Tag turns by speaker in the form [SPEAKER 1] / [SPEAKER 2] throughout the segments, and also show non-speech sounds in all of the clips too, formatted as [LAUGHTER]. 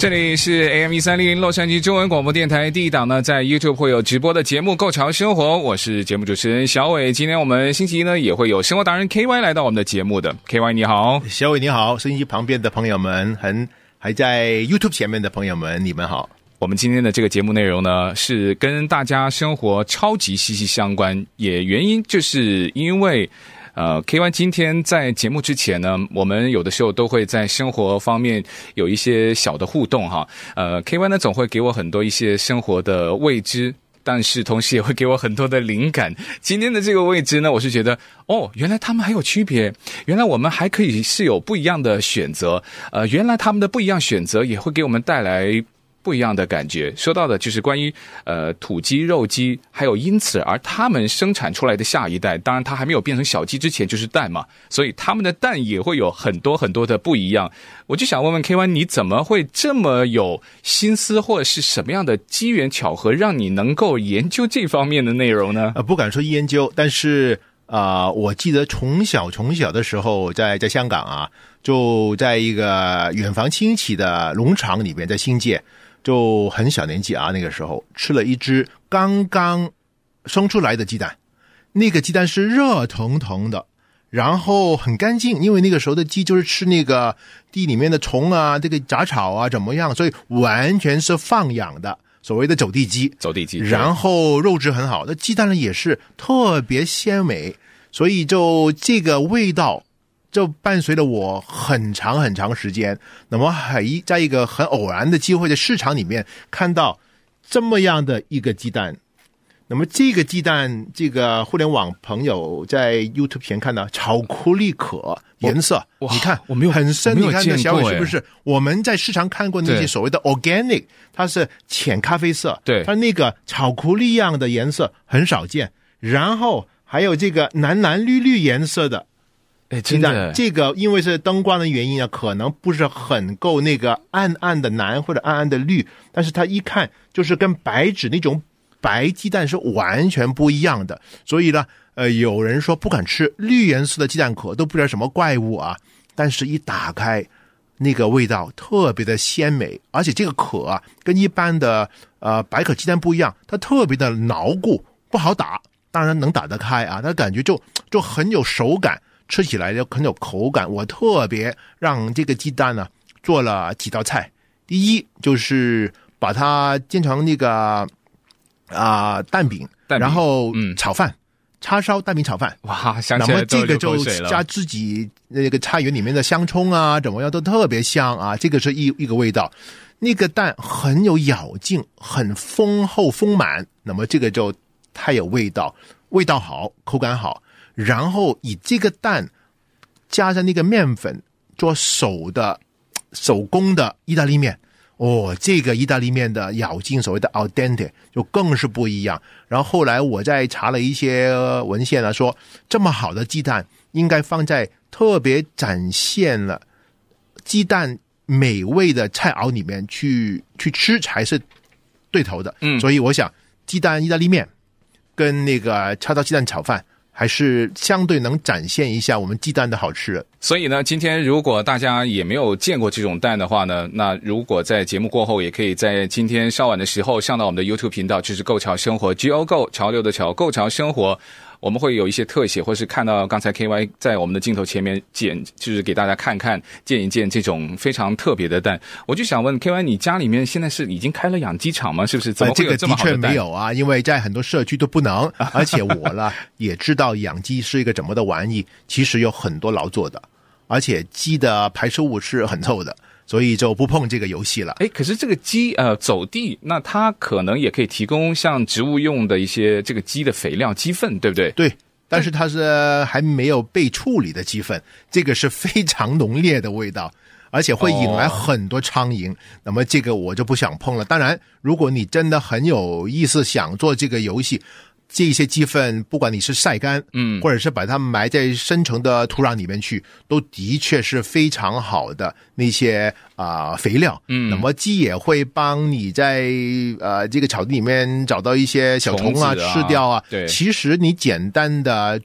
[SPEAKER 1] 这里是 AM 一三零零洛杉矶中文广播电台第一档呢，在 YouTube 会有直播的节目《购潮生活》，我是节目主持人小伟。今天我们星期一呢也会有生活达人 KY 来到我们的节目的，KY 你好。
[SPEAKER 2] 小伟你好，收音机旁边的朋友们，还还在 YouTube 前面的朋友们，你们好。
[SPEAKER 1] 我们今天的这个节目内容呢，是跟大家生活超级息息相关，也原因就是因为。呃，K Y 今天在节目之前呢，我们有的时候都会在生活方面有一些小的互动哈。呃，K Y 呢总会给我很多一些生活的未知，但是同时也会给我很多的灵感。今天的这个未知呢，我是觉得哦，原来他们还有区别，原来我们还可以是有不一样的选择。呃，原来他们的不一样选择也会给我们带来。不一样的感觉。说到的就是关于呃土鸡、肉鸡，还有因此而它们生产出来的下一代，当然它还没有变成小鸡之前就是蛋嘛，所以它们的蛋也会有很多很多的不一样。我就想问问 K Y，你怎么会这么有心思，或者是什么样的机缘巧合，让你能够研究这方面的内容呢？
[SPEAKER 2] 呃，不敢说研究，但是啊、呃我记得从小从小的时候在，在香港啊，就在一个远房亲戚的农场里面，在新界，就很小年纪啊，那个时候吃了一只刚刚生出来的鸡蛋，那个鸡蛋是热腾腾的。然后很干净，因为那个时候的鸡就是吃那个地里面的虫啊，这个杂草啊怎么样，所以完全是放养的，所谓的走地鸡。
[SPEAKER 1] 走地鸡，
[SPEAKER 2] 然后肉质很好，那鸡蛋呢也是特别鲜美，所以就这个味道就伴随了我很长很长时间。那么还在一个很偶然的机会的市场里面看到这么样的一个鸡蛋。那么这个鸡蛋，这个互联网朋友在 YouTube 前看到巧克力壳颜色，
[SPEAKER 1] 哇
[SPEAKER 2] 你看
[SPEAKER 1] 我没有
[SPEAKER 2] 很深，
[SPEAKER 1] 我没有
[SPEAKER 2] 你看这
[SPEAKER 1] 见
[SPEAKER 2] 小
[SPEAKER 1] 过
[SPEAKER 2] 伟是不
[SPEAKER 1] 哎
[SPEAKER 2] 是？我们在市场看过那
[SPEAKER 1] 对
[SPEAKER 2] 些所谓的 organic，它是浅咖啡色，
[SPEAKER 1] 对
[SPEAKER 2] 它那个巧克力样的颜色很少见。然后还有这个蓝蓝绿绿颜色的
[SPEAKER 1] 哎，
[SPEAKER 2] 鸡
[SPEAKER 1] 真
[SPEAKER 2] 蛋，
[SPEAKER 1] 的，
[SPEAKER 2] 这个因为是灯光的原因啊，可能不是很够那个暗暗的蓝或者暗暗的绿，但是它一看就是跟白纸那种白鸡蛋是完全不一样的。所以呢，呃，有人说不敢吃绿颜色的鸡蛋壳，都不知道什么怪物啊。但是，一打开，那个味道特别的鲜美，而且这个壳啊，跟一般的呃白壳鸡蛋不一样，它特别的牢固，不好打。当然能打得开啊，它感觉就就很有手感，吃起来就很有口感。我特别让这个鸡蛋呢、做了几道菜，第一就是把它煎成那个啊、蛋饼，
[SPEAKER 1] 蛋饼
[SPEAKER 2] 然后
[SPEAKER 1] 嗯
[SPEAKER 2] 炒饭，叉烧蛋饼炒饭。
[SPEAKER 1] 哇，想
[SPEAKER 2] 那
[SPEAKER 1] 起
[SPEAKER 2] 么
[SPEAKER 1] 来都
[SPEAKER 2] 这个
[SPEAKER 1] 流
[SPEAKER 2] 就
[SPEAKER 1] 口水了。
[SPEAKER 2] 加自己那个菜园里面的香葱啊，怎么样都特别香啊，这个是一一个味道。那个蛋很有咬劲，很丰厚丰满，那么这个就太有味道，味道好，口感好。然后以这个蛋加上那个面粉做手的手工的意大利面。哦，这个意大利面的咬劲，所谓的 al dente 就更是不一样。然后后来我在查了一些文献啊，说这么好的鸡蛋应该放在特别展现了鸡蛋美味的菜肴里面去去吃才是对头的。
[SPEAKER 1] 嗯
[SPEAKER 2] 所以我想鸡蛋意大利面跟那个叉烧鸡蛋炒饭还是相对能展现一下我们鸡蛋的好吃的。
[SPEAKER 1] 所以呢，今天如果大家也没有见过这种蛋的话呢，那如果在节目过后，也可以在今天稍晚的时候上到我们的 YouTube 频道，就是“购潮生活 ”（G O 购潮流的潮，购潮生活）。我们会有一些特写，或是看到刚才 K Y 在我们的镜头前面见，就是给大家看看、见一见这种非常特别的蛋。我就想问 K Y，你家里面现在是已经开了养鸡场吗？是不是？怎么
[SPEAKER 2] 呃这
[SPEAKER 1] 会有
[SPEAKER 2] 个
[SPEAKER 1] 这
[SPEAKER 2] 的
[SPEAKER 1] 么好
[SPEAKER 2] 确
[SPEAKER 1] 蛋？
[SPEAKER 2] 没有啊，因为在很多社区都不
[SPEAKER 1] [LAUGHS]
[SPEAKER 2] 能，而且我呢也知道养鸡是一个怎么的玩意，其实有很多劳作的，而且鸡的排出物是很臭的，所以就不碰这个游戏了。
[SPEAKER 1] 哎，可是这个鸡呃走地，那它可能也可以提供像植物用的一些这个鸡的肥料、鸡粪，对不对？
[SPEAKER 2] 对，但是它是还没有被处理的鸡粪，这个是非常浓烈的味道。而且会引来很多苍蝇。那么这个我就不想碰了。当然，如果你真的很有意思，想做这个游戏。这一些鸡粪，不管你是晒干，嗯，或者是把它埋在深层的土壤里面去，都的确是非常好的那些啊、呃肥料。嗯，那么鸡也会帮你在呃这个草地里面找到一些小虫啊，
[SPEAKER 1] 虫子啊
[SPEAKER 2] 吃掉啊。
[SPEAKER 1] 对
[SPEAKER 2] 其实你简单的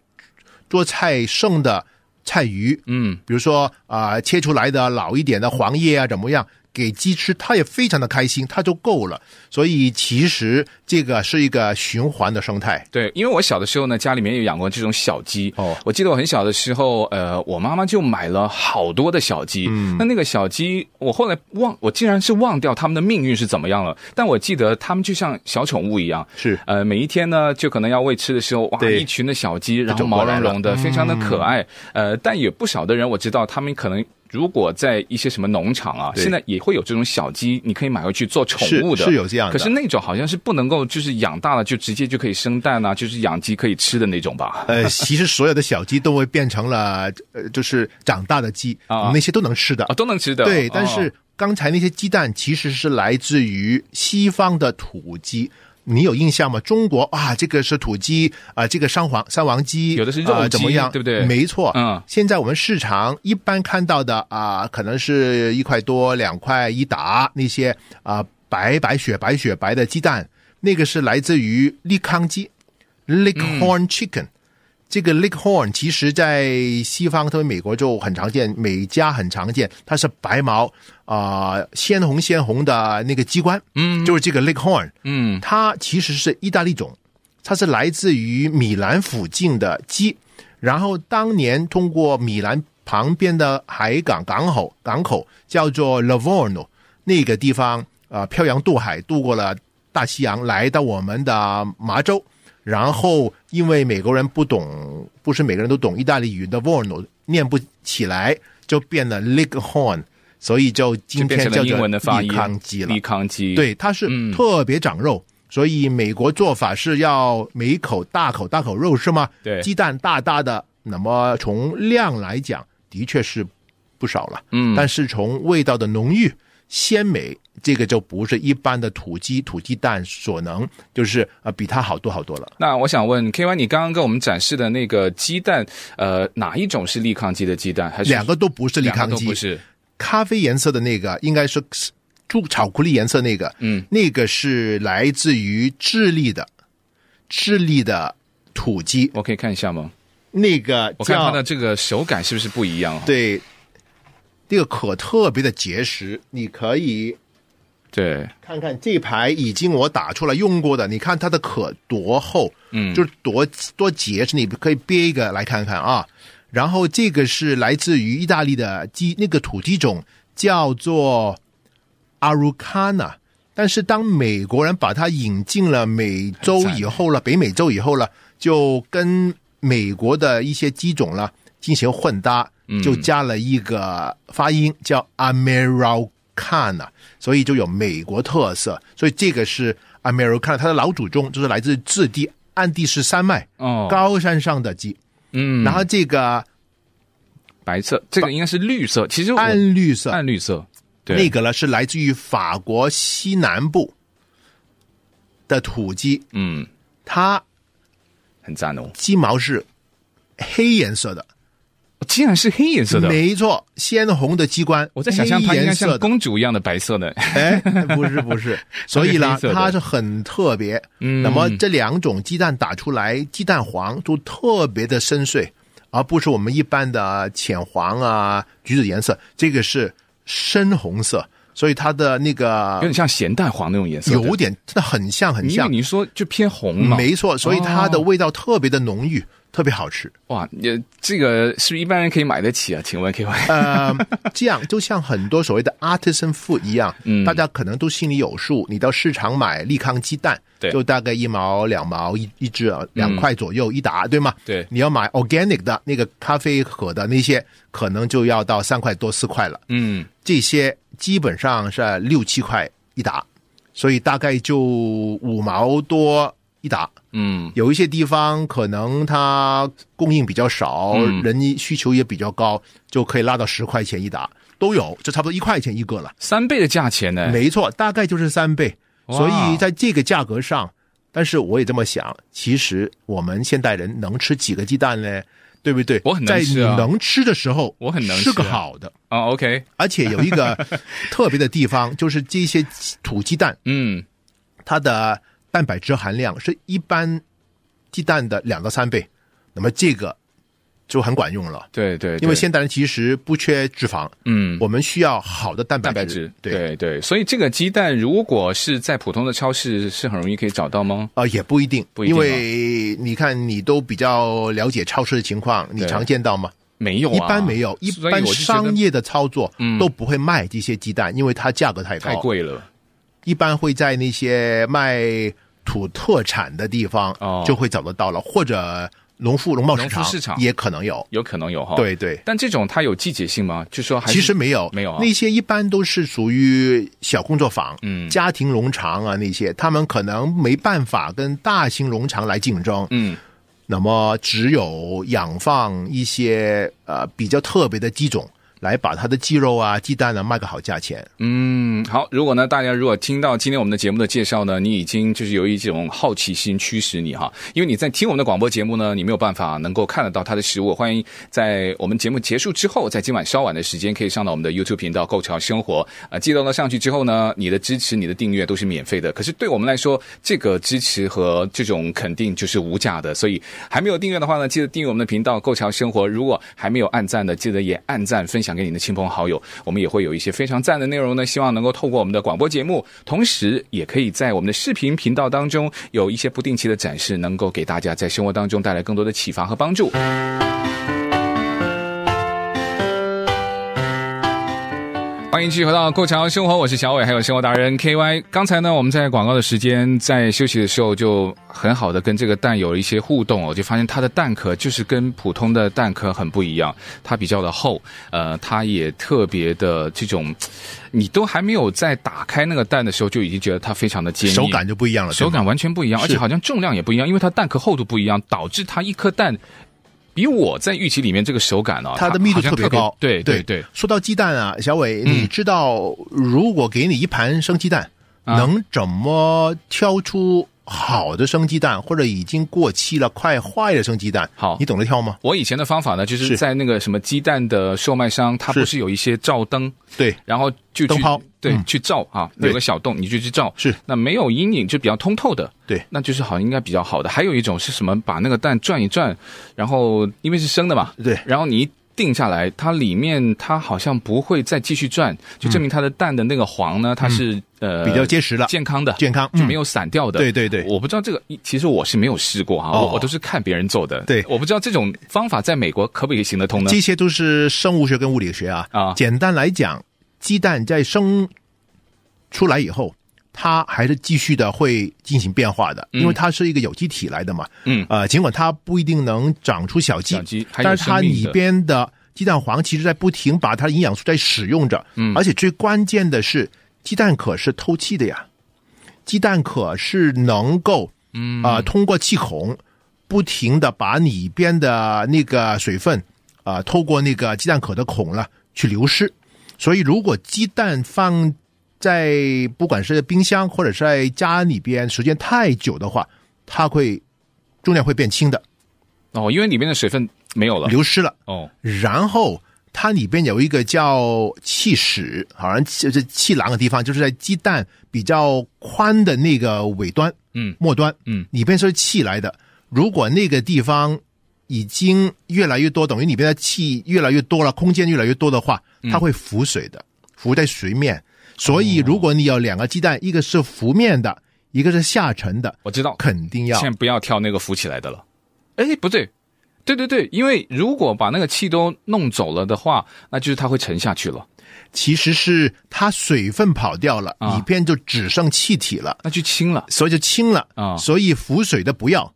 [SPEAKER 2] 做菜剩的菜鱼，
[SPEAKER 1] 嗯，
[SPEAKER 2] 比如说啊、呃切出来的老一点的黄叶啊，怎么样？给鸡吃，它也非常的开心，它就够了。所以其实这个是一个循环的生态。
[SPEAKER 1] 对，因为我小的时候呢，家里面有养过这种小鸡。
[SPEAKER 2] 哦
[SPEAKER 1] 我记得我很小的时候，呃，我妈妈就买了好多的小鸡。嗯，那那个小鸡，我后来忘，我竟然是忘掉它们的命运是怎么样了。但我记得它们就像小宠物一样，
[SPEAKER 2] 是
[SPEAKER 1] 呃，每一天呢，就可能要喂吃的时候，哇，
[SPEAKER 2] 对
[SPEAKER 1] 一群的小鸡，然后
[SPEAKER 2] 走过
[SPEAKER 1] 毛
[SPEAKER 2] 来
[SPEAKER 1] 茸
[SPEAKER 2] 了嗯
[SPEAKER 1] 茸的，非常的可爱。呃，但也不少的人我知道，他们可能。如果在一些什么农场啊，
[SPEAKER 2] 对
[SPEAKER 1] 现在也会有这种小鸡，你可以买回去做宠物的，
[SPEAKER 2] 是是有这样的
[SPEAKER 1] 可是那种好像是不能够，就是养大了就直接就可以生蛋啊，就是养鸡可以吃的那种吧？ [LAUGHS]
[SPEAKER 2] 呃，其实所有的小鸡都会变成了，呃，就是长大的鸡，
[SPEAKER 1] 啊
[SPEAKER 2] 那些都能吃的。
[SPEAKER 1] 啊，都能吃的。
[SPEAKER 2] 对，
[SPEAKER 1] 哦
[SPEAKER 2] 但是刚才那些鸡蛋其实是来自于西方的土鸡。你有印象吗？中国啊，这个是土鸡啊、这个三黄三黄鸡，
[SPEAKER 1] 有的是肉
[SPEAKER 2] 啊怎么
[SPEAKER 1] 鸡
[SPEAKER 2] 样？
[SPEAKER 1] 对不对
[SPEAKER 2] 没错，
[SPEAKER 1] 嗯
[SPEAKER 2] 现在我们市场一般看到的啊、可能是一块多、两块一打那些啊、白白雪白雪白的鸡蛋，那个是来自于利康鸡 （Lickhorn Chicken）。这个 Lickhorn 其实在西方，特别美国就很常见，美加很常见，它是白毛啊、呃鲜红鲜红的那个鸡冠，嗯，就是这个 Lickhorn，
[SPEAKER 1] 嗯，
[SPEAKER 2] 它其实是意大利种，它是来自于米兰附近的鸡，然后当年通过米兰旁边的海港港口港口叫做 Livorno 那个地方啊、呃漂洋渡海渡过了大西洋，来到我们的麻州。然后，因为美国人不懂，不是每个人都懂意大利语的 “vorno” 念不起来，就变了 “lighorn”，所以就
[SPEAKER 1] 就
[SPEAKER 2] 今
[SPEAKER 1] 变
[SPEAKER 2] 天
[SPEAKER 1] 成
[SPEAKER 2] 叫
[SPEAKER 1] 了
[SPEAKER 2] 做
[SPEAKER 1] 英文的发音，
[SPEAKER 2] 利康鸡了
[SPEAKER 1] 利。康鸡，，
[SPEAKER 2] 对，它是
[SPEAKER 1] 嗯
[SPEAKER 2] 特别长肉，所以美国做法是要每口大口大口肉是吗？
[SPEAKER 1] 对
[SPEAKER 2] 鸡蛋大大的，那么从量来讲，的确是不少了。
[SPEAKER 1] 嗯
[SPEAKER 2] 但是从味道的浓郁、鲜美，这个就不是一般的土鸡土鸡蛋所能，就是呃比它好多好多了。
[SPEAKER 1] 那我想问 K Y，你刚刚跟我们展示的那个鸡蛋，呃，哪一种是利康鸡的鸡蛋？还是
[SPEAKER 2] 两个都不是利
[SPEAKER 1] 两个
[SPEAKER 2] 康
[SPEAKER 1] 都
[SPEAKER 2] 鸡
[SPEAKER 1] 不，是？
[SPEAKER 2] 咖啡颜色的那个应该是朱巧克力颜色那个，嗯，那个是来自于智利的，智利的土鸡，
[SPEAKER 1] 我可以看一下吗？
[SPEAKER 2] 那个
[SPEAKER 1] 我看它
[SPEAKER 2] 叫
[SPEAKER 1] 的这个手感是不是不一样啊？
[SPEAKER 2] 对，这个可特别的结实，你可以
[SPEAKER 1] 对，
[SPEAKER 2] 看看这排已经我打出来用过的，你看它的壳多厚，嗯，就是多多结实，你可以憋一个来看看啊。然后这个是来自于意大利的鸡，那个土鸡种叫做 Arucana，但是当美国人把它引进了美洲以后了，北美洲以后了，就跟美国的一些鸡种了进行混搭，
[SPEAKER 1] 嗯
[SPEAKER 2] 就加了一个发音叫 Americana，所以就有美国特色。所以这个是 Americana，它的老祖宗就是来自质地安第斯山脉、
[SPEAKER 1] 哦，
[SPEAKER 2] 高山上的鸡。
[SPEAKER 1] 嗯，
[SPEAKER 2] 然后这个
[SPEAKER 1] 白色，这个应该是绿色，其实我
[SPEAKER 2] 暗绿色，
[SPEAKER 1] 暗绿色，对，
[SPEAKER 2] 那个呢是来自于法国西南部的土鸡，
[SPEAKER 1] 嗯，
[SPEAKER 2] 它
[SPEAKER 1] 很赞哦，
[SPEAKER 2] 鸡毛是黑颜色的，
[SPEAKER 1] 竟然是黑颜色的。
[SPEAKER 2] 没错，鲜红的鸡冠。
[SPEAKER 1] 我在想象它
[SPEAKER 2] 黑
[SPEAKER 1] 应该
[SPEAKER 2] 颜
[SPEAKER 1] 像
[SPEAKER 2] 色的，
[SPEAKER 1] 公主一样的白色的，
[SPEAKER 2] 哎，不是不是，所
[SPEAKER 1] [LAUGHS]
[SPEAKER 2] 以
[SPEAKER 1] 它
[SPEAKER 2] 呢
[SPEAKER 1] 是黑色，的
[SPEAKER 2] 它是很特别。
[SPEAKER 1] 嗯
[SPEAKER 2] 那么这两种鸡蛋打出来，鸡蛋黄都特别的深邃，而不是我们一般的浅黄啊、橘子颜色，这个是深红色，所以它的那
[SPEAKER 1] 有
[SPEAKER 2] 个
[SPEAKER 1] 点像咸蛋黄那种颜色的。
[SPEAKER 2] 有点真的很像很
[SPEAKER 1] 因为
[SPEAKER 2] 像，
[SPEAKER 1] 你说就偏红嘛，
[SPEAKER 2] 没错，所以它的
[SPEAKER 1] 哦
[SPEAKER 2] 味道特别的浓郁，特别好吃。
[SPEAKER 1] 哇，也这个是不是一般人可以买得起啊？请问 K Y，
[SPEAKER 2] 呃，这样就像很多所谓的 artisan food 一样，
[SPEAKER 1] 嗯
[SPEAKER 2] 大家可能都心里有数。你到市场买利康鸡蛋，
[SPEAKER 1] 对
[SPEAKER 2] 就大概一毛两毛一一只，两块左右一打，对吗？
[SPEAKER 1] 嗯对
[SPEAKER 2] 你要买 organic 的那个咖啡盒的那些，可能就要到三块多四块了。
[SPEAKER 1] 嗯，
[SPEAKER 2] 这些基本上是六七块一打，所以大概就五毛多一打。
[SPEAKER 1] 嗯，
[SPEAKER 2] 有一些地方可能
[SPEAKER 1] 嗯
[SPEAKER 2] 它供应比较少，人需求也比较高，就可以拉到十块钱一打，都有，就差不多一块钱一个了。
[SPEAKER 1] 三倍的价钱呢？
[SPEAKER 2] 没错，大概就是三倍。
[SPEAKER 1] 哎哇
[SPEAKER 2] 所以在这个价格上，但是我也这么想，其实我们现代人能吃几个鸡蛋呢？对不对？
[SPEAKER 1] 我很能
[SPEAKER 2] 在
[SPEAKER 1] 吃
[SPEAKER 2] 你
[SPEAKER 1] 啊
[SPEAKER 2] 能吃的时候，
[SPEAKER 1] 我很能
[SPEAKER 2] 是个
[SPEAKER 1] 吃啊
[SPEAKER 2] 好的。
[SPEAKER 1] 啊，OK，
[SPEAKER 2] 而且有一
[SPEAKER 1] [LAUGHS]
[SPEAKER 2] 个特别的地方，就是这些土鸡蛋，
[SPEAKER 1] 嗯，
[SPEAKER 2] 它的蛋白质含量是一般鸡蛋的两到三倍，那么这个就很管用了。
[SPEAKER 1] 对对，对
[SPEAKER 2] 因为现代人其实不缺脂肪，
[SPEAKER 1] 嗯。
[SPEAKER 2] 我们需要好的蛋白
[SPEAKER 1] 蛋白
[SPEAKER 2] 质。
[SPEAKER 1] 质，
[SPEAKER 2] 对，
[SPEAKER 1] 对对，所以这个鸡蛋如果是在普通的超市，是很容易可以找到吗？
[SPEAKER 2] 啊、也不一定，
[SPEAKER 1] 不一定
[SPEAKER 2] 因
[SPEAKER 1] 吗
[SPEAKER 2] 为你看，你都比较了解超市的情况，你
[SPEAKER 1] 对
[SPEAKER 2] 常见到吗？
[SPEAKER 1] 没有、啊，
[SPEAKER 2] 一般没有，一
[SPEAKER 1] 所以
[SPEAKER 2] 般
[SPEAKER 1] 我就觉得
[SPEAKER 2] 商业的操作
[SPEAKER 1] 嗯
[SPEAKER 2] 都不会卖这些鸡蛋，因为它价格太高，
[SPEAKER 1] 太贵了。
[SPEAKER 2] 一般会在那些卖土特产的地方
[SPEAKER 1] 哦
[SPEAKER 2] 就会找得到了，或者农夫农贸市
[SPEAKER 1] 农
[SPEAKER 2] 场
[SPEAKER 1] 夫市场
[SPEAKER 2] 也可能有。
[SPEAKER 1] 有可能有哈。，
[SPEAKER 2] 对对，
[SPEAKER 1] 但这种它有季节性吗？就说还是
[SPEAKER 2] 其实没有，
[SPEAKER 1] 没有啊
[SPEAKER 2] 那些一般都是属于小工作坊、
[SPEAKER 1] 嗯
[SPEAKER 2] 家庭农场啊那些，他们可能没办法跟大型农场来竞争，
[SPEAKER 1] 嗯
[SPEAKER 2] 那么只有养放一些呃比较特别的鸡种，来把它的鸡肉啊、鸡蛋啊卖个好价钱。
[SPEAKER 1] 嗯，好。如果呢，大家如果听到今天我们的节目的介绍呢，你已经就是有一种好奇心驱使你哈，因为你在听我们的广播节目呢，你没有办法能够看得到它的食物。欢迎在我们节目结束之后，在今晚稍晚的时间可以上到我们的 YouTube 频道“购潮生活”啊、记得呢上去之后啊呢，你的支持、你的订阅都是免费的。可是对我们来说，这个支持和这种肯定就是无价的。所以还没有订阅的话呢，记得订阅我们的频道“购潮生活”。如果还没有按赞的，记得也按赞分享给你的亲朋好友。我们也会有一些非常赞的内容呢，希望能够透过我们的广播节目，同时也可以在我们的视频频道当中有一些不定期的展示，能够给大家在生活当中带来更多的启发和帮助。欢迎继续回到《过桥生活》，我是小伟，还有生活达人 K Y。刚才呢，我们在广告的时间，在休息的时候，就很好的跟这个蛋有了一些互动哦，我就发现它的蛋壳就是跟普通的蛋壳很不一样，它比较的厚，呃，它也特别的这种，你都还没有在打开那个蛋的时候，就已经觉得它非常的坚硬，
[SPEAKER 2] 手感就不一样了，
[SPEAKER 1] 手
[SPEAKER 2] 对吗
[SPEAKER 1] 感完全不一样，而且
[SPEAKER 2] 是
[SPEAKER 1] 好像重量也不一样，因为它蛋壳厚度不一样，导致它一颗蛋比我在预期里面这个手感啊，
[SPEAKER 2] 它的密度
[SPEAKER 1] 好像
[SPEAKER 2] 特别高。
[SPEAKER 1] 对对对，嗯
[SPEAKER 2] 说到鸡蛋啊，小伟，你知道如果给你一盘生鸡蛋，
[SPEAKER 1] 啊
[SPEAKER 2] 能怎么挑出好的生鸡蛋，或者已经过期了、快坏的生鸡蛋？
[SPEAKER 1] 好
[SPEAKER 2] 你懂得挑吗？
[SPEAKER 1] 我以前的方法呢，就是
[SPEAKER 2] 是
[SPEAKER 1] 在那个什么鸡蛋的售卖商，它
[SPEAKER 2] 是
[SPEAKER 1] 不是有一些照灯，
[SPEAKER 2] 对，
[SPEAKER 1] 然后就去
[SPEAKER 2] 灯泡
[SPEAKER 1] 对，
[SPEAKER 2] 嗯
[SPEAKER 1] 去照啊，
[SPEAKER 2] 对
[SPEAKER 1] 有个小洞，你就去照。
[SPEAKER 2] 是
[SPEAKER 1] 那没有阴影就比较通透的，
[SPEAKER 2] 对，
[SPEAKER 1] 那就是好应该比较好的。还有一种是什么？把那个蛋转一转，然后因为是生的嘛，
[SPEAKER 2] 对
[SPEAKER 1] 然后你一定下来，它里面它好像不会再继续转，就证明它的蛋的那个黄呢，它是呃
[SPEAKER 2] 嗯比较结实了，
[SPEAKER 1] 健康的，
[SPEAKER 2] 健康嗯
[SPEAKER 1] 就没
[SPEAKER 2] 有。
[SPEAKER 1] 有散掉的。
[SPEAKER 2] 对对对
[SPEAKER 1] 我不知道这个，其实我是没有试过哈，
[SPEAKER 2] 哦
[SPEAKER 1] 我我都是看别人做的。
[SPEAKER 2] 对
[SPEAKER 1] 我不知道这种方法在美国可不可以行得通呢？
[SPEAKER 2] 这些都是生物学跟物理学啊。
[SPEAKER 1] 啊
[SPEAKER 2] 简单来讲，鸡蛋在生出来以后，它还是继续的会进行变化的，
[SPEAKER 1] 嗯
[SPEAKER 2] 因为它是一个有机体来的嘛。
[SPEAKER 1] 嗯
[SPEAKER 2] 呃，尽管它不一定能长出小鸡，
[SPEAKER 1] 小鸡还有
[SPEAKER 2] 但是它
[SPEAKER 1] 生命
[SPEAKER 2] 里
[SPEAKER 1] 的
[SPEAKER 2] 边的鸡蛋黄其实在不停把它的营养素在使用着。
[SPEAKER 1] 嗯
[SPEAKER 2] 而且最关键的是，鸡蛋壳是透气的呀，鸡蛋壳是能够
[SPEAKER 1] 嗯
[SPEAKER 2] 啊、通过气孔不停的把里边的那个水分啊、透过那个鸡蛋壳的孔了去流失。所以如果鸡蛋放在不管是冰箱或者是在家里边时间太久的话，它会重量会变轻的，
[SPEAKER 1] 哦，因为里面的水分没有了。
[SPEAKER 2] 流失了。
[SPEAKER 1] 哦，
[SPEAKER 2] 然后它里边有一个叫气室，好像就是气囊的地方，就是在鸡蛋比较宽的那个尾端，
[SPEAKER 1] 嗯
[SPEAKER 2] 末端，
[SPEAKER 1] 嗯，
[SPEAKER 2] 里边是气来的。如果那个地方已经越来越多，等于里边的气越来越多了，空间越来越多的话，
[SPEAKER 1] 嗯
[SPEAKER 2] 它会浮水的，浮在水面。所以，如果你有两个鸡蛋，一个是浮面的，一个是下沉的，
[SPEAKER 1] 我知道，
[SPEAKER 2] 肯定要
[SPEAKER 1] 现在不要跳那个浮起来的了。哎，不对，对对对，因为如果把那个气都弄走了的话，那就是它会沉下去了，
[SPEAKER 2] 其实是它水分跑掉了，
[SPEAKER 1] 啊
[SPEAKER 2] 里边就只剩气体了。
[SPEAKER 1] 那就轻了。
[SPEAKER 2] 所以就轻了
[SPEAKER 1] 啊
[SPEAKER 2] 所以浮水的不要，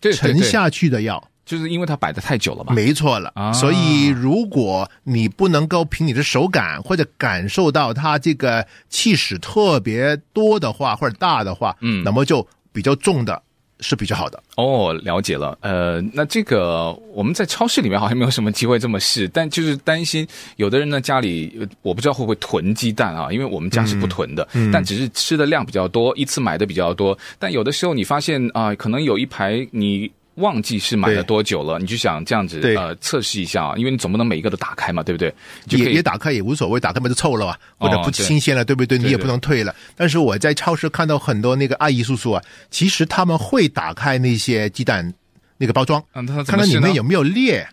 [SPEAKER 1] 对，对
[SPEAKER 2] 沉
[SPEAKER 1] 对
[SPEAKER 2] 下去的要，
[SPEAKER 1] 就是因为它摆的太久了吧？
[SPEAKER 2] 没错了。
[SPEAKER 1] 啊
[SPEAKER 2] 所以如果你不能够凭你的手感或者感受到它这个气势特别多的话，或者大的话，
[SPEAKER 1] 嗯
[SPEAKER 2] 那么就比较重的是比较好的。
[SPEAKER 1] 哦，了解了。呃，那这个我们在超市里面好像没有什么机会这么试，但就是担心有的人呢家里呃我不知道会不会囤鸡蛋啊，因为我们家是不囤的，
[SPEAKER 2] 嗯
[SPEAKER 1] 但只是吃的量比较多，一次买的比较多。但有的时候你发现啊、可能有一排你。忘记是买了
[SPEAKER 2] 对
[SPEAKER 1] 多久了，你就想这样子
[SPEAKER 2] 对
[SPEAKER 1] 呃测试一下啊，因为你总不能每一个都打开嘛，对不对？就可
[SPEAKER 2] 也
[SPEAKER 1] 以
[SPEAKER 2] 也打开也无所谓，打开嘛就臭了嘛，或者
[SPEAKER 1] 哦
[SPEAKER 2] 不
[SPEAKER 1] 对
[SPEAKER 2] 新鲜了，对不对？你也
[SPEAKER 1] 对
[SPEAKER 2] 不能退了。但是我在超市看到很多那个阿姨叔叔啊，其实他们会打开那些鸡蛋那个包装，
[SPEAKER 1] 嗯他怎么
[SPEAKER 2] 看看里
[SPEAKER 1] 试呢
[SPEAKER 2] 面有没有裂。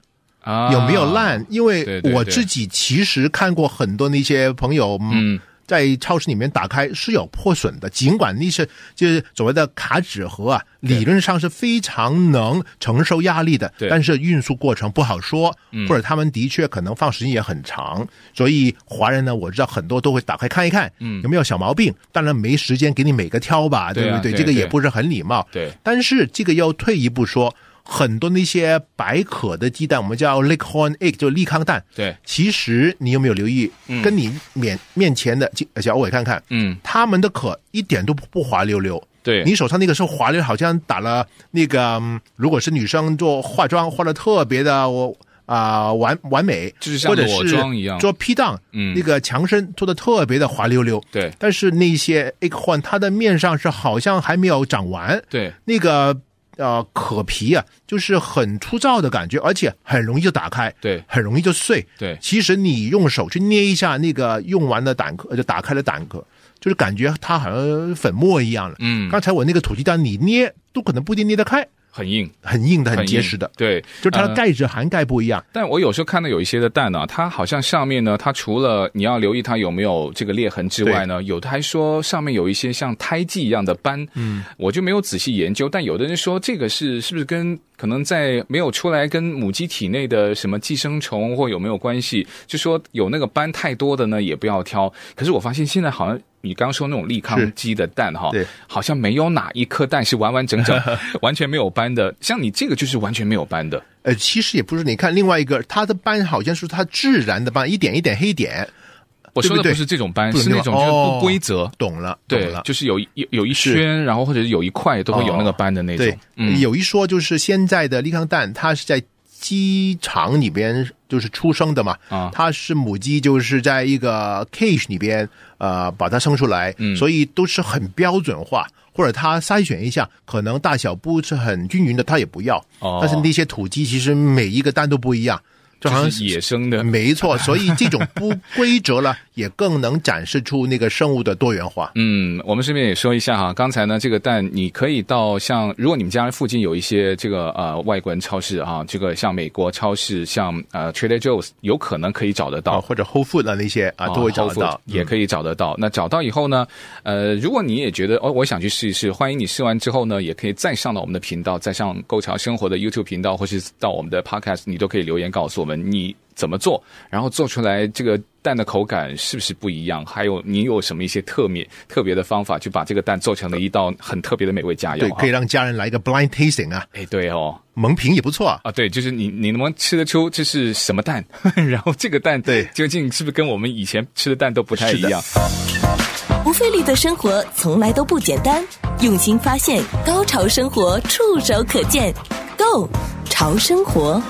[SPEAKER 1] 啊
[SPEAKER 2] 有没有烂？因
[SPEAKER 1] 对
[SPEAKER 2] 为
[SPEAKER 1] 对
[SPEAKER 2] 我
[SPEAKER 1] 对
[SPEAKER 2] 自己其实看过很多那些朋友，
[SPEAKER 1] 嗯，
[SPEAKER 2] 在超市里面打开是有破损的，尽管那些就是所谓的卡纸盒啊，理论上是非常能承受压力的
[SPEAKER 1] 对，
[SPEAKER 2] 但是运输过程不好说，或者他们的确可能放时间也很长，所以华人呢，我知道很多都会打开看一看，嗯，有没有小毛病。当然没时间给你每个挑吧，
[SPEAKER 1] 对啊
[SPEAKER 2] 不对？
[SPEAKER 1] 对
[SPEAKER 2] 这个也
[SPEAKER 1] 对
[SPEAKER 2] 不是很礼貌，
[SPEAKER 1] 对
[SPEAKER 2] 但是这个要退一步说，很多那些白壳的鸡蛋，我们叫 l a k e horn egg，就利康蛋。
[SPEAKER 1] 对，
[SPEAKER 2] 其实你有没有留意，跟你面面前的鸡小伟看看，
[SPEAKER 1] 嗯，
[SPEAKER 2] 他们的壳一点都不不滑溜溜。
[SPEAKER 1] 对，
[SPEAKER 2] 你手上那个是滑溜，好像打了那个，嗯如果是女生做化妆化的特别的我。啊、完完美，
[SPEAKER 1] 就是像
[SPEAKER 2] 或者
[SPEAKER 1] 裸
[SPEAKER 2] 是
[SPEAKER 1] 妆一样
[SPEAKER 2] 做 P 档，
[SPEAKER 1] 嗯
[SPEAKER 2] 那个强身做的特别的滑溜溜，
[SPEAKER 1] 对
[SPEAKER 2] 但是那些 egg horn 它的面上是好像还没有长完，
[SPEAKER 1] 对
[SPEAKER 2] 那个呃壳皮啊，就是很粗糙的感觉，而且很容易就打开，
[SPEAKER 1] 对
[SPEAKER 2] 很容易就碎。
[SPEAKER 1] 对
[SPEAKER 2] 其实你用手去捏一下那个用完的蛋壳，就打开的蛋壳，就是感觉它好像粉末一样了。
[SPEAKER 1] 嗯
[SPEAKER 2] 刚才我那个土鸡蛋，你捏都可能不一定捏得开，
[SPEAKER 1] 很硬，
[SPEAKER 2] 很硬的，
[SPEAKER 1] 很
[SPEAKER 2] 很结
[SPEAKER 1] 硬
[SPEAKER 2] 实的，
[SPEAKER 1] 对，
[SPEAKER 2] 就是它的
[SPEAKER 1] 呃
[SPEAKER 2] 钙质含钙不一样。
[SPEAKER 1] 但我有时候看到有一些的蛋呢、啊它好像上面呢，它除了你要留意它有没有这个裂痕之外呢，有的还说上面有一些像胎记一样的斑，嗯，我就没有仔细研究。但有的人说这个是是不是跟可能在没有出来跟母鸡体内的什么寄生虫或有没有关系？就说有那个斑太多的呢，也不要挑。可是我发现现在好像。你刚刚说那种利
[SPEAKER 2] 是
[SPEAKER 1] 康鸡的蛋哈
[SPEAKER 2] 对，
[SPEAKER 1] 好像没有哪一颗蛋是完完整整、 [LAUGHS] 完全没有斑的。像你这个就是完全没有斑的，
[SPEAKER 2] 呃，其实也不是，你看另外一个，它的斑好像是它自然的斑，一点一点黑点，
[SPEAKER 1] 我说的不是这种斑，是那种就是不规则，
[SPEAKER 2] 懂了，懂
[SPEAKER 1] 对
[SPEAKER 2] 了，。
[SPEAKER 1] 就是有一有有一圈，然后或者有一块都会有那个斑的那种
[SPEAKER 2] 对。，
[SPEAKER 1] 嗯，
[SPEAKER 2] 有一说就是现在的利康蛋，它是在鸡场里边就是出生的嘛，
[SPEAKER 1] 啊
[SPEAKER 2] 它是母鸡就是在一个 cage 里边呃把它生出来，
[SPEAKER 1] 嗯
[SPEAKER 2] 所以都是很标准化。或者它筛选一下，可能大小不是很均匀的，它也不要。
[SPEAKER 1] 哦
[SPEAKER 2] 但是那些土鸡其实每一个蛋都不一样，就好
[SPEAKER 1] 就
[SPEAKER 2] 像
[SPEAKER 1] 是嗯野生的。
[SPEAKER 2] 没错，所以这种不规则了，也更能展示出那个生物的多元化。
[SPEAKER 1] 嗯，我们顺便也说一下哈，刚才呢，这个蛋你可以到像，如果你们家附近有一些这个呃外国人超市啊，这个像美国超市，像呃 Trader Joe's，有可能可以找得
[SPEAKER 2] 啊，
[SPEAKER 1] 到。
[SPEAKER 2] 或者 Whole Food 啊那些啊，都会找
[SPEAKER 1] 哦
[SPEAKER 2] 得
[SPEAKER 1] Whole Foods
[SPEAKER 2] 到。
[SPEAKER 1] 也可以找得到。那找到以后呢，呃，如果你也觉得哦，我想去试一试，欢迎你试完之后呢，也可以再上到我们的频道，再上“购潮生活”的 YouTube 频道，或是到我们的 Podcast，你都可以留言告诉我们你怎么做，然后做出来这个蛋的口感是不是不一样，还有你有什么一些特别特别的方法，去把这个蛋做成了一道很特别的美味佳肴。
[SPEAKER 2] 对，可以
[SPEAKER 1] 以。
[SPEAKER 2] 让家人来一个 blind tasting 啊，
[SPEAKER 1] 哎，对哦，
[SPEAKER 2] 蒙评也不错啊。
[SPEAKER 1] 啊，对，就是你，你能不能吃得出 [LAUGHS] 这是什么蛋？然后这个蛋
[SPEAKER 2] 对
[SPEAKER 1] 究竟是不是跟我们以前吃的蛋都不太一
[SPEAKER 2] 是的
[SPEAKER 1] 样？
[SPEAKER 3] 不费力的生活从来都不简单，用心发现，高潮生活触手可见 g o 潮生活。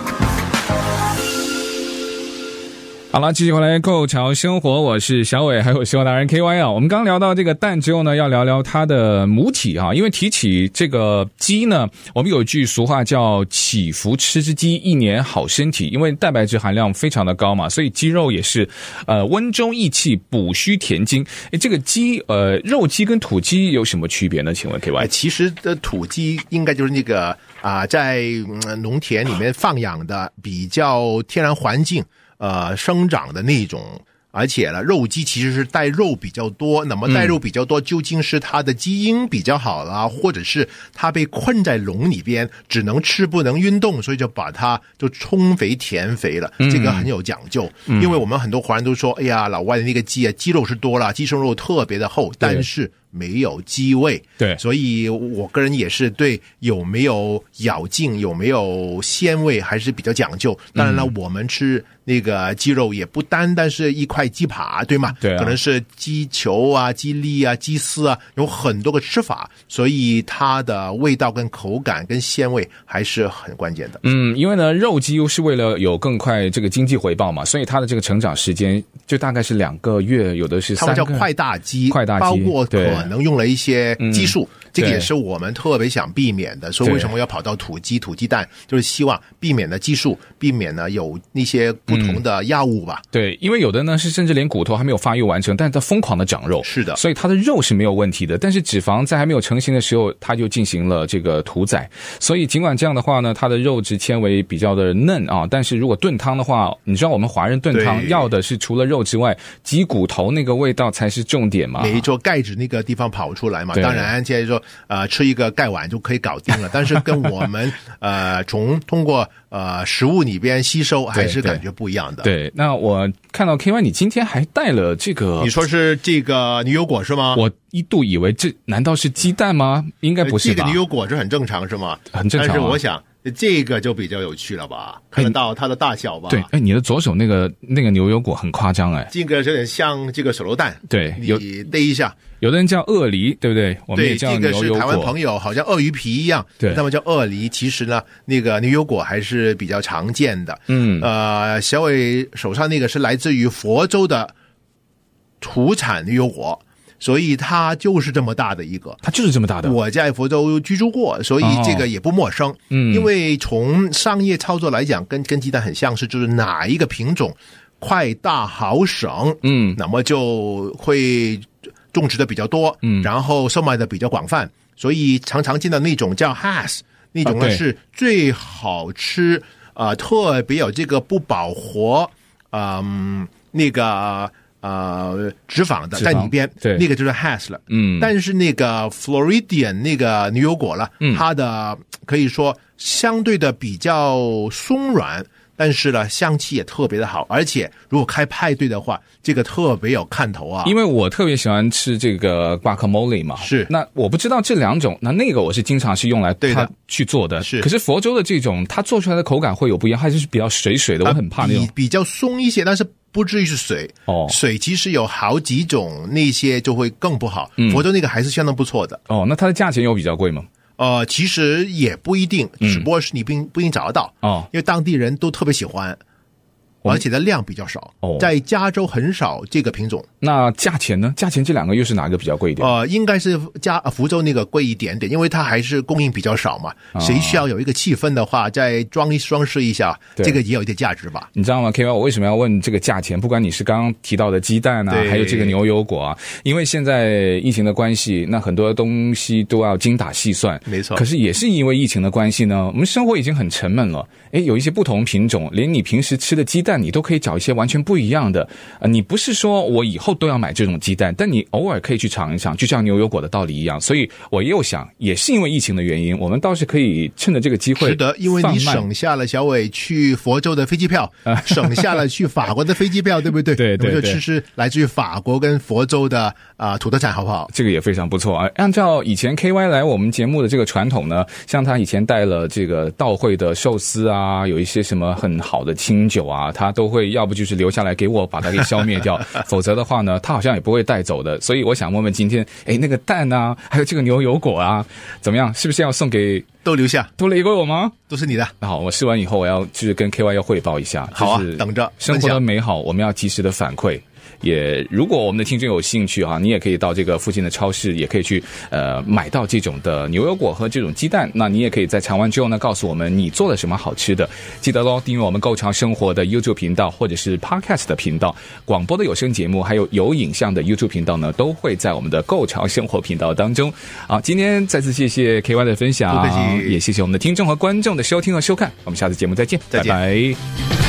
[SPEAKER 1] 好了，继续回来购潮生活，我是小伟，还有生活达人 K Y 啊。我们刚聊到这个蛋之后呢，要聊聊它的母体啊，因为提起这个鸡呢，我们有一句俗话叫“祈福吃只鸡，一年好身体”，因为蛋白质含量非常的高嘛，所以鸡肉也是呃温中益气、补虚填精。诶，这个鸡呃肉鸡跟土鸡有什么区别呢？请问 K
[SPEAKER 2] 哎，
[SPEAKER 1] Y？
[SPEAKER 2] 其实的土鸡应该就是那个啊、在嗯农田里面放养的，比较天然环境呃生长的那种。而且呢，肉鸡其实是带肉比较多，那么带肉比较多，究竟是它的基因比较好啦，或者是它被困在笼里边，只能吃不能运动，所以就把它就充肥填肥了，这个很有讲究。因为我们很多华人都说，哎呀，老外的那个鸡啊，鸡肉是多了，鸡胸肉特别的厚，但是没有鸡味。
[SPEAKER 1] 对
[SPEAKER 2] 所以我个人也是对有
[SPEAKER 1] 嗯
[SPEAKER 2] 没有咬劲、有没有鲜味还是比较讲究。当然了，我们吃那个鸡肉也不单单是一块鸡扒，对吗？
[SPEAKER 1] 对啊
[SPEAKER 2] 可能是鸡球啊、鸡粒啊、鸡丝啊，有很多个吃法，所以它的味道跟口感跟鲜味还是很关键的。
[SPEAKER 1] 嗯，因为呢，肉鸡又是为了有更快这个经济回报嘛，所以它的这个成长时间就大概是两个月，有的是
[SPEAKER 2] 他
[SPEAKER 1] 三
[SPEAKER 2] 们
[SPEAKER 1] 个。
[SPEAKER 2] 叫快大鸡，
[SPEAKER 1] 快大鸡嗯
[SPEAKER 2] 包括可能用了一些激素，这个
[SPEAKER 1] 对
[SPEAKER 2] 也是我们特别想避免的。所以为什么要跑到土鸡、土鸡蛋，就是希望避免的激素，避免呢有那些不同的药物吧。
[SPEAKER 1] 对，因为有的呢是甚至连骨头还没有发育完成，但是它疯狂的长肉，
[SPEAKER 2] 是的
[SPEAKER 1] 所以它的肉是没有问题的，但是脂肪在还没有成型的时候，它就进行了这个屠宰，所以尽管这样的话呢，它的肉质纤维比较的嫩啊，但是如果炖汤的话，你知道我们华人炖汤
[SPEAKER 2] 对
[SPEAKER 1] 要的是除了肉之外，鸡骨头那个味道才是重点嘛，
[SPEAKER 2] 每一周钙质那个地方跑出来嘛，
[SPEAKER 1] 嗯对
[SPEAKER 2] 当然现在说呃吃一个钙丸就可以搞定了，但是跟我
[SPEAKER 1] [LAUGHS]
[SPEAKER 2] 们呃从通过呃食物里边吸收还
[SPEAKER 1] 对
[SPEAKER 2] 是
[SPEAKER 1] 对
[SPEAKER 2] 感觉不一样的。
[SPEAKER 1] 对，那我看到 K Y，你今天还带了这个
[SPEAKER 2] 你，说是这个牛油果是吗？
[SPEAKER 1] 我一度以为这难道是鸡蛋吗？应该不是
[SPEAKER 2] 这个
[SPEAKER 1] 吧
[SPEAKER 2] 呃牛？油果是很正常是吗？
[SPEAKER 1] 很正常啊
[SPEAKER 2] 但是我想这个就比较有趣了吧，看得到它的大小吧？
[SPEAKER 1] 对，哎，你的左手那个那个牛油果很夸张哎，
[SPEAKER 2] 这个有点像这个手榴弹，
[SPEAKER 1] 对有
[SPEAKER 2] 你逮一下，
[SPEAKER 1] 有的人叫鳄梨，对不对？我们也
[SPEAKER 2] 对，
[SPEAKER 1] 叫
[SPEAKER 2] 这个
[SPEAKER 1] 牛
[SPEAKER 2] 是
[SPEAKER 1] 油
[SPEAKER 2] 台湾
[SPEAKER 1] 果
[SPEAKER 2] 朋。友，好像鳄鱼皮一样，
[SPEAKER 1] 对
[SPEAKER 2] 那么叫鳄梨。其实呢，那个牛油果还是比较常见的。
[SPEAKER 1] 嗯
[SPEAKER 2] 呃，小伟手上那个是来自于佛州的土产牛油果，所以它就是这么大的一个。
[SPEAKER 1] 它就是这么大的，哦
[SPEAKER 2] 我在佛州居住过，所以这个也不陌生。
[SPEAKER 1] 嗯
[SPEAKER 2] 因为从商业操作来讲，跟跟鸡蛋很像是，就是哪一个品种快大好省，
[SPEAKER 1] 嗯
[SPEAKER 2] 那么就会种植的比较多，
[SPEAKER 1] 嗯
[SPEAKER 2] 然后售卖的比较广泛，所以常常见到那种叫 has 那种
[SPEAKER 1] 啊
[SPEAKER 2] 呢
[SPEAKER 1] 对
[SPEAKER 2] 是最好吃，呃，特别有这个不饱和，嗯、那个呃脂肪的
[SPEAKER 1] 脂肪
[SPEAKER 2] 在里边，
[SPEAKER 1] 对
[SPEAKER 2] 那个就是 has 了，
[SPEAKER 1] 嗯
[SPEAKER 2] 但是那个 Floridian 那个牛油果了，
[SPEAKER 1] 嗯
[SPEAKER 2] 它的可以说相对的比较松软，但是呢香气也特别的好，而且如果开派对的话，这个特别有看头啊。
[SPEAKER 1] 因为我特别喜欢吃这个 guacamole 嘛，
[SPEAKER 2] 是
[SPEAKER 1] 那我不知道这两种，那那个我是经常是用来
[SPEAKER 2] 对的
[SPEAKER 1] 它去做的，
[SPEAKER 2] 是
[SPEAKER 1] 可是佛州的这种，它做出来的口感会有不一样，它就是比较水水的，我很怕那种
[SPEAKER 2] 啊比。比较松一些，但是不至于是水。
[SPEAKER 1] 哦
[SPEAKER 2] 水其实有好几种，那些就会更不好。
[SPEAKER 1] 嗯
[SPEAKER 2] 佛州那个还是相当不错的。
[SPEAKER 1] 哦，那它的价钱有比较贵吗？
[SPEAKER 2] 呃，其实也不一定，
[SPEAKER 1] 嗯
[SPEAKER 2] 只不过是你不一定不一定找得到，
[SPEAKER 1] 哦
[SPEAKER 2] 因为当地人都特别喜欢，
[SPEAKER 1] 我们
[SPEAKER 2] 而且的量比较少。
[SPEAKER 1] 哦
[SPEAKER 2] 在加州很少这个品种，
[SPEAKER 1] 那价钱呢？价钱这两个又是哪个比较贵一点？
[SPEAKER 2] 呃，应该是加呃福州那个贵一点点，因为它还是供应比较少嘛。
[SPEAKER 1] 啊
[SPEAKER 2] 谁需要有一个气氛的话，再装一装饰一下，
[SPEAKER 1] 对
[SPEAKER 2] 这个也有一些价值吧。
[SPEAKER 1] 你知道吗？K Y，我为什么要问这个价钱？不管你是刚刚提到的鸡蛋啊，
[SPEAKER 2] 对
[SPEAKER 1] 还有这个牛油果啊，因为现在疫情的关系，那很多东西都要精打细算。
[SPEAKER 2] 没错
[SPEAKER 1] 可是也是因为疫情的关系呢，我们生活已经很沉闷了。诶，有一些不同品种，连你平时吃的鸡蛋，你都可以找一些完全不一样的。呃，你不是说我以后都要买这种鸡蛋，但你偶尔可以去尝一尝，就像牛油果的道理一样。所以我又想，也是因为疫情的原因，我们倒是可以趁着这个机会，
[SPEAKER 2] 是的，因为你省下了小伟去佛州的飞机票，省下了去法国的飞机
[SPEAKER 1] [LAUGHS]
[SPEAKER 2] 票，对不对？
[SPEAKER 1] 啊对对
[SPEAKER 2] 我们就
[SPEAKER 1] 对
[SPEAKER 2] 吃吃来自于法国跟佛州的啊、土特产，好不好？
[SPEAKER 1] 这个也非常不错啊。按照以前 K Y 来我们节目的这个传统呢，像他以前带了这个道会的寿司啊，有一些什么很好的清酒啊，他都会要不就是留下来给我把它给消灭掉，否则的话呢，他好像也不会带走的。所以我想问问今天，哎，那个蛋啊，还有这个牛油果啊，怎么样？是不是要送给
[SPEAKER 2] 都留下，
[SPEAKER 1] 多雷给我吗？
[SPEAKER 2] 都是你的。
[SPEAKER 1] 那好，我试完以后，我要就是跟 K Y 要汇报一下。
[SPEAKER 2] 好啊
[SPEAKER 1] 就是
[SPEAKER 2] 等着
[SPEAKER 1] 生活
[SPEAKER 2] 分
[SPEAKER 1] 的
[SPEAKER 2] 享
[SPEAKER 1] 美好，我们要及时的反馈。也，如果我们的听众有兴趣啊，你也可以到这个附近的超市，也可以去呃买到这种的牛油果和这种鸡蛋。那你也可以在尝完之后呢，告诉我们你做了什么好吃的。记得喽，订阅我们“够潮生活”的 YouTube 频道或者是 Podcast 的频道，广播的有声节目还有有影像的 YouTube 频道呢，都会在我们的“够潮生活”频道当中。好，今天再次谢谢 KY 的分享。
[SPEAKER 2] 不客气
[SPEAKER 1] 也谢谢我们的听众和观众的收听和收看，我们下次节目再见，
[SPEAKER 2] 再见
[SPEAKER 1] 拜拜。